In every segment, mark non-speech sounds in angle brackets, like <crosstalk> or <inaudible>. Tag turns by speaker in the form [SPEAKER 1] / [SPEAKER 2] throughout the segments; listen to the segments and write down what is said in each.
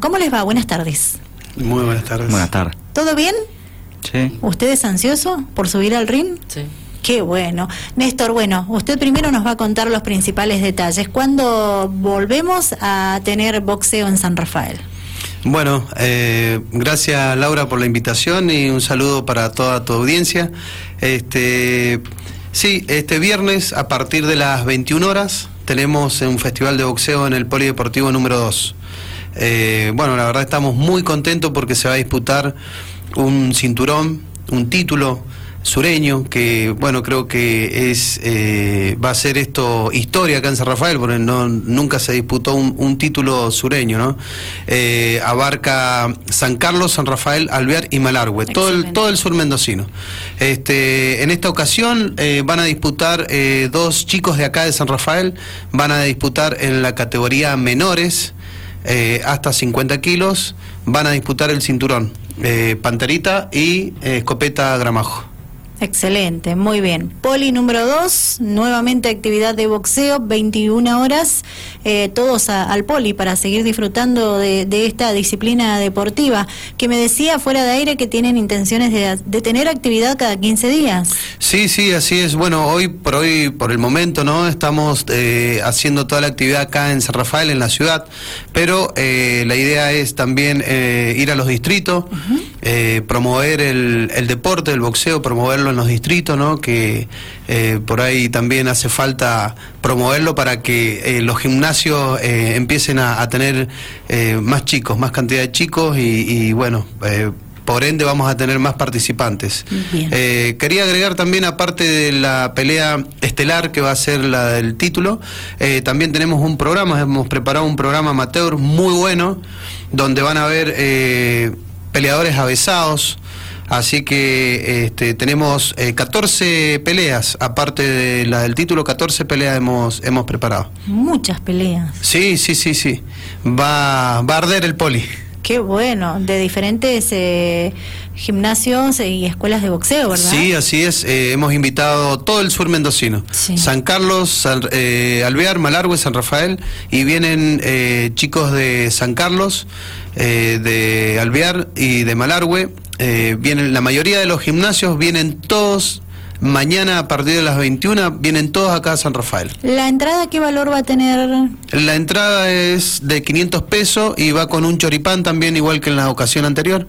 [SPEAKER 1] ¿Cómo les va? Buenas tardes.
[SPEAKER 2] Muy buenas tardes.
[SPEAKER 3] Buenas tardes.
[SPEAKER 1] ¿Todo bien?
[SPEAKER 3] Pues, Sí.
[SPEAKER 1] ¿Usted es ansioso por subir al ring?
[SPEAKER 4] Sí.
[SPEAKER 1] Qué bueno. Néstor, bueno, usted primero nos va a contar los principales detalles. ¿Cuándo volvemos a tener boxeo en San Rafael?
[SPEAKER 2] Bueno, eh, gracias Laura por la invitación y un saludo para toda tu audiencia. Este, sí, este viernes a partir de las 21 horas tenemos un festival de boxeo en el Polideportivo número 2. Eh, bueno, la verdad estamos muy contentos porque se va a disputar un cinturón, un título sureño, que bueno, creo que es eh, va a ser esto historia acá en San Rafael, porque no, nunca se disputó un, un título sureño, ¿no? Eh, abarca San Carlos, San Rafael, Alvear y Malargüe, todo el,
[SPEAKER 1] Excelente.
[SPEAKER 2] todo el sur mendocino. Este, en esta ocasión eh, van a disputar eh, dos chicos de acá de San Rafael, van a disputar en la categoría menores, eh, hasta 50 kilos, van a disputar el cinturón, eh, panterita y eh, escopeta gramajo.
[SPEAKER 1] Excelente, muy bien. Poli número 2, nuevamente actividad de boxeo, 21 horas, eh, todos a- al poli para seguir disfrutando de, de esta disciplina deportiva, que me decía fuera de aire que tienen intenciones de, de tener actividad cada 15 días.
[SPEAKER 2] Sí, sí, así es. Bueno, hoy por hoy, por el momento, ¿no? Estamos eh, haciendo toda la actividad acá en San Rafael, en la ciudad, pero eh, la idea es también eh, ir a los distritos, eh, promover el, el deporte, el boxeo, promoverlo en los distritos, ¿no? Que eh, por ahí también hace falta promoverlo para que eh, los gimnasios eh, empiecen a, a tener eh, más chicos, más cantidad de chicos y, y, bueno... eh, por ende vamos a tener más participantes.
[SPEAKER 1] Bien.
[SPEAKER 2] Eh, quería agregar también, aparte de la pelea estelar que va a ser la del título, eh, también tenemos un programa, hemos preparado un programa amateur muy bueno, donde van a haber eh, peleadores avesados. Así que este, tenemos eh, 14 peleas, aparte de la del título, 14 peleas hemos, hemos preparado.
[SPEAKER 1] Muchas peleas.
[SPEAKER 2] Sí, sí, sí, sí. Va, va a arder el poli.
[SPEAKER 1] Qué bueno, de diferentes eh, gimnasios y escuelas de boxeo, ¿verdad?
[SPEAKER 2] Sí, así es. Eh, hemos invitado todo el sur mendocino.
[SPEAKER 1] Sí.
[SPEAKER 2] San Carlos, San- eh, Alvear, Malargüe, San Rafael. Y vienen eh, chicos de San Carlos, eh, de Alvear y de Malargüe. Eh, vienen la mayoría de los gimnasios, vienen todos mañana a partir de las 21, vienen todos acá a San Rafael.
[SPEAKER 1] ¿La entrada qué valor va a tener?
[SPEAKER 2] La entrada es de 500 pesos y va con un choripán también, igual que en la ocasión anterior.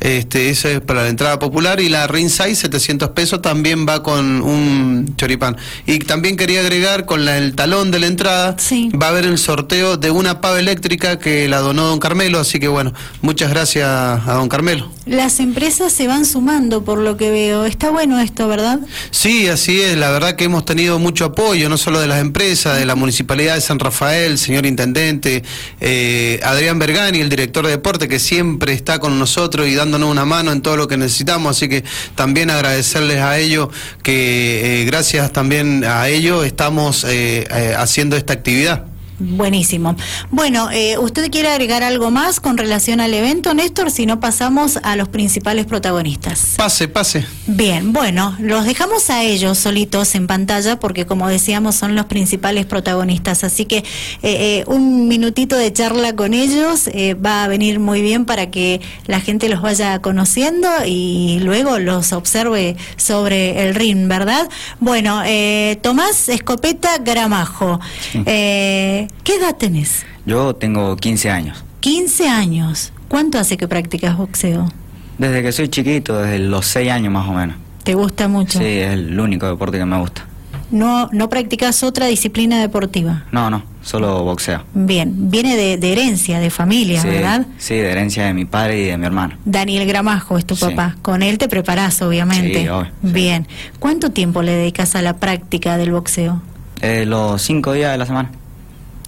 [SPEAKER 2] Este, esa es para la entrada popular y la ring size 700 pesos también va con un choripán. Y también quería agregar con la- el talón de la entrada,
[SPEAKER 1] Sí.
[SPEAKER 2] va a haber el sorteo de una pava eléctrica que la donó don Carmelo, así que bueno, muchas gracias a don Carmelo.
[SPEAKER 1] Las empresas se van sumando por lo que veo. Está bueno esto, ¿verdad?
[SPEAKER 2] Sí, así es. La verdad que hemos tenido mucho apoyo, no solo de las empresas, de la Municipalidad de San Rafael, señor Intendente, eh, Adrián Bergani, el director de deporte, que siempre está con nosotros y dándonos una mano en todo lo que necesitamos. Así que también agradecerles a ellos, que eh, gracias también a ellos estamos eh, eh, haciendo esta actividad.
[SPEAKER 1] Buenísimo. Bueno, eh, ¿usted quiere agregar algo más con relación al evento, Néstor? Si no, pasamos a los principales protagonistas.
[SPEAKER 2] Pase, pase.
[SPEAKER 1] Bien, bueno, los dejamos a ellos solitos en pantalla porque, como decíamos, son los principales protagonistas. Así que eh, eh, un minutito de charla con ellos eh, va a venir muy bien para que la gente los vaya conociendo y luego los observe sobre el ring, ¿verdad? Bueno, eh, Tomás Escopeta Gramajo, eh, ¿qué edad tenés?
[SPEAKER 3] Yo tengo 15 años.
[SPEAKER 1] 15 años. ¿Cuánto hace que practicas boxeo?
[SPEAKER 3] Desde que soy chiquito, desde los 6 años más o menos.
[SPEAKER 1] ¿Te gusta mucho?
[SPEAKER 3] Sí, es el único deporte que me gusta.
[SPEAKER 1] No, no practicas otra disciplina deportiva.
[SPEAKER 3] No, no, solo boxeo.
[SPEAKER 1] Bien, viene de, de herencia, de familia,
[SPEAKER 3] sí,
[SPEAKER 1] ¿verdad?
[SPEAKER 3] Sí, de herencia de mi padre y de mi hermano.
[SPEAKER 1] Daniel Gramajo es tu
[SPEAKER 3] Sí.
[SPEAKER 1] papá. Con él te preparás, obviamente.
[SPEAKER 3] Sí, obvio, sí.
[SPEAKER 1] Bien. ¿Cuánto tiempo le dedicas a la práctica del boxeo?
[SPEAKER 3] Eh, los 5 días de la semana.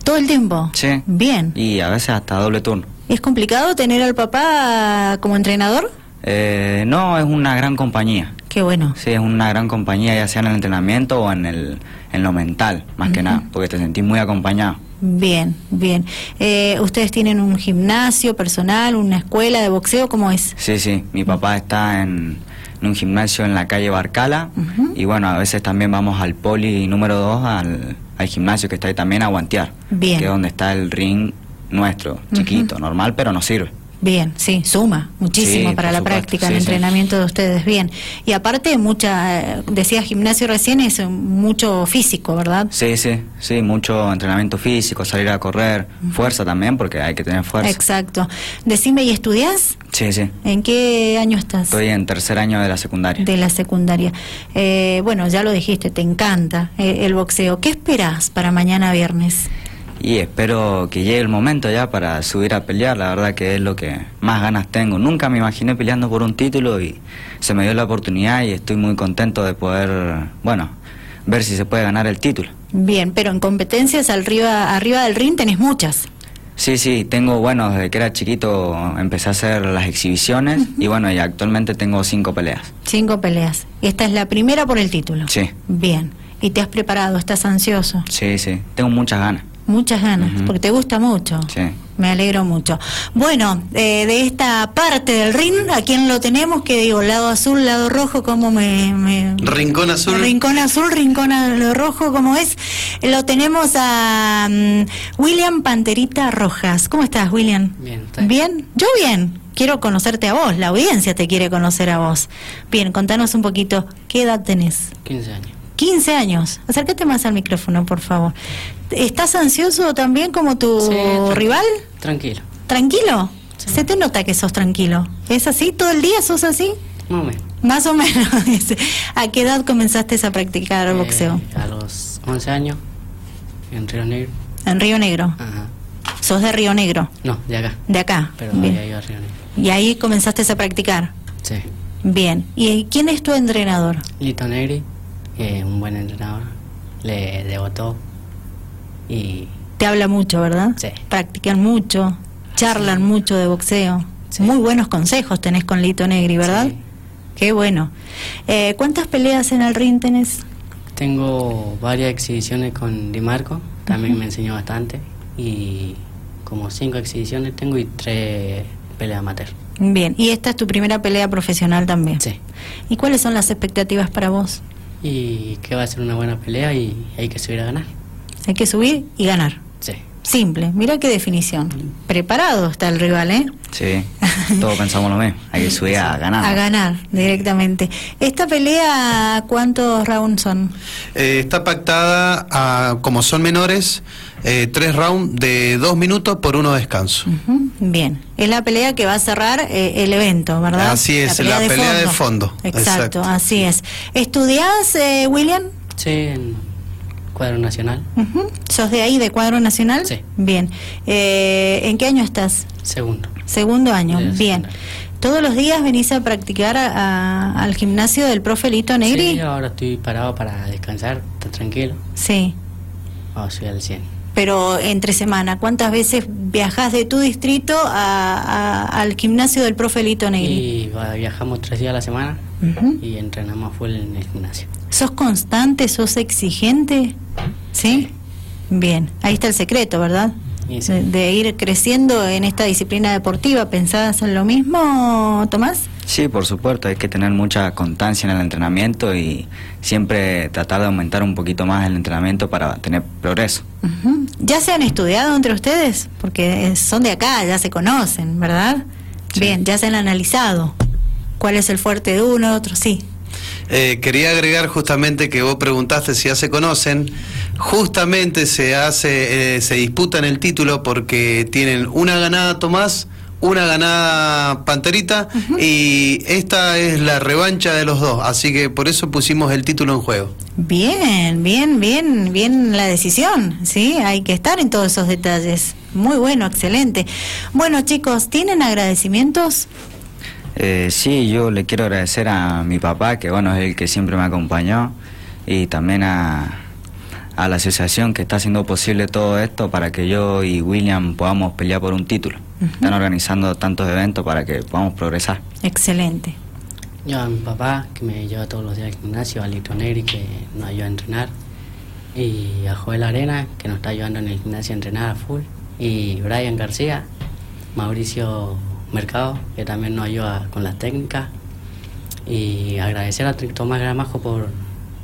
[SPEAKER 1] ¿Todo el tiempo?
[SPEAKER 3] Sí.
[SPEAKER 1] Bien.
[SPEAKER 3] Y a veces hasta doble turno.
[SPEAKER 1] ¿Es complicado tener al papá como entrenador?
[SPEAKER 3] Eh, no, es una gran compañía.
[SPEAKER 1] Qué bueno.
[SPEAKER 3] Sí, es una gran compañía, ya sea en el entrenamiento o en, el, en lo mental, más que
[SPEAKER 1] Ujú.
[SPEAKER 3] nada, porque te sentís muy acompañado.
[SPEAKER 1] Bien, bien. Eh, ¿Ustedes tienen un gimnasio personal, una escuela de boxeo? ¿Cómo es?
[SPEAKER 3] Sí, sí, mi papá está en, en un gimnasio en la calle Barcala
[SPEAKER 1] Ujú.
[SPEAKER 3] y bueno, a veces también vamos al poli número 2, al, al gimnasio que está ahí también a guantear,
[SPEAKER 1] Bien.
[SPEAKER 3] que es donde está el ring nuestro, chiquito, normal, pero nos sirve.
[SPEAKER 1] Bien, sí, suma muchísimo
[SPEAKER 3] Sí,
[SPEAKER 1] para
[SPEAKER 3] por
[SPEAKER 1] la
[SPEAKER 3] supuesto,
[SPEAKER 1] práctica,
[SPEAKER 3] sí,
[SPEAKER 1] el
[SPEAKER 3] sí.
[SPEAKER 1] entrenamiento de ustedes. Bien. Y aparte, mucha, eh, decía gimnasio recién, es eh, mucho físico, ¿verdad?
[SPEAKER 3] Sí, sí, sí, mucho entrenamiento físico, salir a correr, fuerza también, porque hay que tener fuerza.
[SPEAKER 1] Exacto. Decime, ¿y estudias?
[SPEAKER 3] Sí, sí.
[SPEAKER 1] ¿En qué año estás?
[SPEAKER 3] Estoy en tercer año de la secundaria.
[SPEAKER 1] De la secundaria. Eh, bueno, ya lo dijiste, te encanta eh, el boxeo. ¿Qué esperás para mañana viernes?
[SPEAKER 3] Y espero que llegue el momento ya para subir a pelear, la verdad que es lo que más ganas tengo. Nunca me imaginé peleando por un título y se me dio la oportunidad y estoy muy contento de poder, bueno, ver si se puede ganar el título.
[SPEAKER 1] Bien, pero en competencias arriba, arriba del ring tenés muchas.
[SPEAKER 3] Sí, sí, tengo, bueno, desde que era chiquito empecé a hacer las exhibiciones y bueno, y actualmente tengo cinco peleas.
[SPEAKER 1] Cinco peleas. Esta es la primera por el título.
[SPEAKER 3] Sí.
[SPEAKER 1] Bien. ¿Y te has preparado? ¿Estás ansioso?
[SPEAKER 3] Sí, sí, tengo muchas ganas.
[SPEAKER 1] Muchas ganas,
[SPEAKER 3] Ujú.
[SPEAKER 1] porque te gusta mucho.
[SPEAKER 3] Sí.
[SPEAKER 1] Me alegro mucho. Bueno, eh, de esta parte del ring, ¿a quién lo tenemos? Que digo, lado azul, lado rojo, ¿cómo me...? me-
[SPEAKER 2] Rincón Azul.
[SPEAKER 1] Rincón azul, rincón a- lo rojo, ¿cómo es? Lo tenemos a mm, William Panterita Rojas. ¿Cómo estás, William?
[SPEAKER 4] Bien, está bien.
[SPEAKER 1] ¿Bien? Yo bien. Quiero conocerte a vos, la audiencia te quiere conocer a vos. Bien, contanos un poquito, ¿qué edad tenés?
[SPEAKER 4] 15 años.
[SPEAKER 1] 15 años. Acércate más al micrófono, por favor. ¿Estás ansioso también como tu
[SPEAKER 4] Sí, tranquilo.
[SPEAKER 1] rival?
[SPEAKER 4] Tranquilo,
[SPEAKER 1] ¿Tranquilo? Se te nota que sos tranquilo. ¿Es así? ¿Todo el día sos así?
[SPEAKER 4] más o menos.
[SPEAKER 1] Más o menos. <laughs> ¿A qué edad comenzaste a practicar
[SPEAKER 4] Eh,
[SPEAKER 1] boxeo?
[SPEAKER 4] a los 11 años, en Río Negro.
[SPEAKER 1] En Río Negro.
[SPEAKER 4] Ajá.
[SPEAKER 1] Sos de Río Negro,
[SPEAKER 4] No, de acá.
[SPEAKER 1] de acá.
[SPEAKER 4] Pero
[SPEAKER 1] Bien.
[SPEAKER 4] había ido a Río Negro.
[SPEAKER 1] Y ahí comenzaste a practicar.
[SPEAKER 4] Sí.
[SPEAKER 1] Bien. ¿Y quién es tu entrenador?
[SPEAKER 4] Lito Negri, que es un buen entrenador, le devotó. Y
[SPEAKER 1] Te habla mucho, ¿verdad?
[SPEAKER 4] Sí.
[SPEAKER 1] Practican mucho, charlan mucho de boxeo.
[SPEAKER 4] Sí.
[SPEAKER 1] Muy buenos consejos tenés con Lito Negri, ¿verdad?
[SPEAKER 4] Sí.
[SPEAKER 1] Qué bueno. Eh, ¿Cuántas peleas en el ring tenés?
[SPEAKER 4] tengo varias exhibiciones con Di Marco, también me enseñó bastante. Y como cinco exhibiciones tengo y tres peleas amateur.
[SPEAKER 1] Bien, y esta es tu primera pelea profesional también.
[SPEAKER 4] Sí.
[SPEAKER 1] ¿Y cuáles son las expectativas para vos?
[SPEAKER 4] Y que va a ser una buena pelea y hay que subir a ganar.
[SPEAKER 1] Hay que subir y ganar.
[SPEAKER 4] Sí.
[SPEAKER 1] Simple, mira qué definición. Preparado está el rival, ¿eh?
[SPEAKER 3] Sí,
[SPEAKER 1] <laughs>
[SPEAKER 3] todos pensamos lo mismo, hay que subir a ganar.
[SPEAKER 1] A ganar directamente. ¿Esta pelea cuántos rounds son?
[SPEAKER 2] Eh, está pactada, a, como son menores, eh, tres rounds de dos minutos por uno descanso.
[SPEAKER 1] Ujú, Bien, es la pelea que va a cerrar eh, el evento, ¿verdad?
[SPEAKER 2] Así es, la pelea de fondo,
[SPEAKER 1] Exacto,
[SPEAKER 2] exacto.
[SPEAKER 1] así es. ¿Estudiás, eh, William?
[SPEAKER 4] Sí, en cuadro nacional,
[SPEAKER 1] Ujú. ¿Sos de ahí, de Cuadro Nacional?
[SPEAKER 4] Sí.
[SPEAKER 1] Bien. Eh, ¿En qué año estás?
[SPEAKER 4] segundo.
[SPEAKER 1] Segundo año,
[SPEAKER 4] De la
[SPEAKER 1] bien.
[SPEAKER 4] secundaria.
[SPEAKER 1] ¿Todos los días venís a practicar a- a- al gimnasio del profe Lito Negri?
[SPEAKER 4] Sí, ahora estoy parado para descansar, estar tranquilo.
[SPEAKER 1] Sí.
[SPEAKER 4] Vamos a subir al 100.
[SPEAKER 1] Pero entre semana, ¿cuántas veces viajás de tu distrito a- a- al gimnasio del profe Lito Negri?
[SPEAKER 4] Y va- viajamos tres días a la semana
[SPEAKER 1] Ujú.
[SPEAKER 4] y entrenamos full en el gimnasio.
[SPEAKER 1] ¿Sos constante? ¿Sos exigente? ¿Sí? Bien, ahí está el secreto, ¿verdad?
[SPEAKER 4] Y sí.
[SPEAKER 1] De, de ir creciendo en esta disciplina deportiva. ¿Pensás en lo mismo, Tomás?
[SPEAKER 3] Sí, por supuesto, hay que tener mucha constancia en el entrenamiento y siempre tratar de aumentar un poquito más el entrenamiento para tener progreso.
[SPEAKER 1] Ujú. ¿Ya se han estudiado entre ustedes? Porque eh, son de acá, ya se conocen, ¿verdad?
[SPEAKER 3] Sí.
[SPEAKER 1] Bien, ya se han analizado. ¿Cuál es el fuerte de uno, otro? Sí.
[SPEAKER 2] Eh, quería agregar justamente que vos preguntaste si ya se conocen. Justamente se hace, eh, se disputan el título porque tienen una ganada Tomás, una ganada Panterita y esta es la revancha de los dos. Así que por eso pusimos el título en juego.
[SPEAKER 1] Bien, bien, bien, bien la decisión, ¿sí? Hay que estar en todos esos detalles. Muy bueno, excelente. Bueno, chicos, ¿tienen agradecimientos?
[SPEAKER 3] Eh, sí, yo le quiero agradecer a mi papá, que bueno, es el que siempre me acompañó, y también a, a la asociación que está haciendo posible todo esto para que yo y William podamos pelear por un título. Están organizando tantos eventos para que podamos progresar.
[SPEAKER 1] Excelente.
[SPEAKER 4] Yo a mi papá, que me lleva todos los días al gimnasio, a Lito Negri, que nos ayuda a entrenar, y a Joel Arena, que nos está ayudando en el gimnasio a entrenar a full, y Brian García, Mauricio Mercado, que también nos ayuda con las técnicas, y agradecer a Tri- Tomás Gramajo por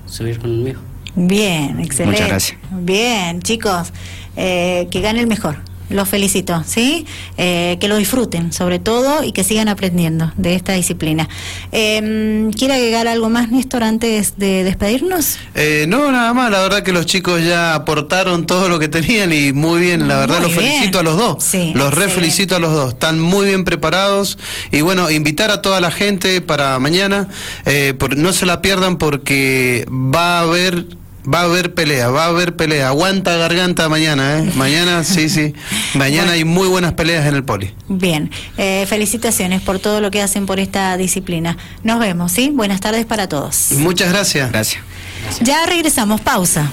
[SPEAKER 4] subir conmigo.
[SPEAKER 1] Bien, excelente.
[SPEAKER 3] Muchas gracias.
[SPEAKER 1] Bien, chicos, eh, que gane el mejor. Los felicito, ¿sí? Eh, que lo disfruten, sobre todo, y que sigan aprendiendo de esta disciplina. Eh, ¿Quiere agregar algo más, Néstor, antes de despedirnos?
[SPEAKER 2] Eh, no, nada más, la verdad que los chicos ya aportaron todo lo que tenían y muy bien, la verdad
[SPEAKER 1] Muy
[SPEAKER 2] los
[SPEAKER 1] bien.
[SPEAKER 2] felicito a los dos,
[SPEAKER 1] Sí,
[SPEAKER 2] los re
[SPEAKER 1] excelente.
[SPEAKER 2] felicito a los dos, están muy bien preparados y bueno, invitar a toda la gente para mañana, eh, por- no se la pierdan porque va a haber... Va a haber pelea, va a haber pelea. Aguanta garganta mañana, ¿eh? Mañana,
[SPEAKER 1] <laughs>
[SPEAKER 2] sí, sí. Mañana hay muy buenas peleas en el poli.
[SPEAKER 1] Bien, eh, felicitaciones por todo lo que hacen por esta disciplina. Nos vemos, ¿sí? Buenas tardes para todos.
[SPEAKER 2] Muchas gracias.
[SPEAKER 3] Gracias.
[SPEAKER 1] Ya regresamos, pausa.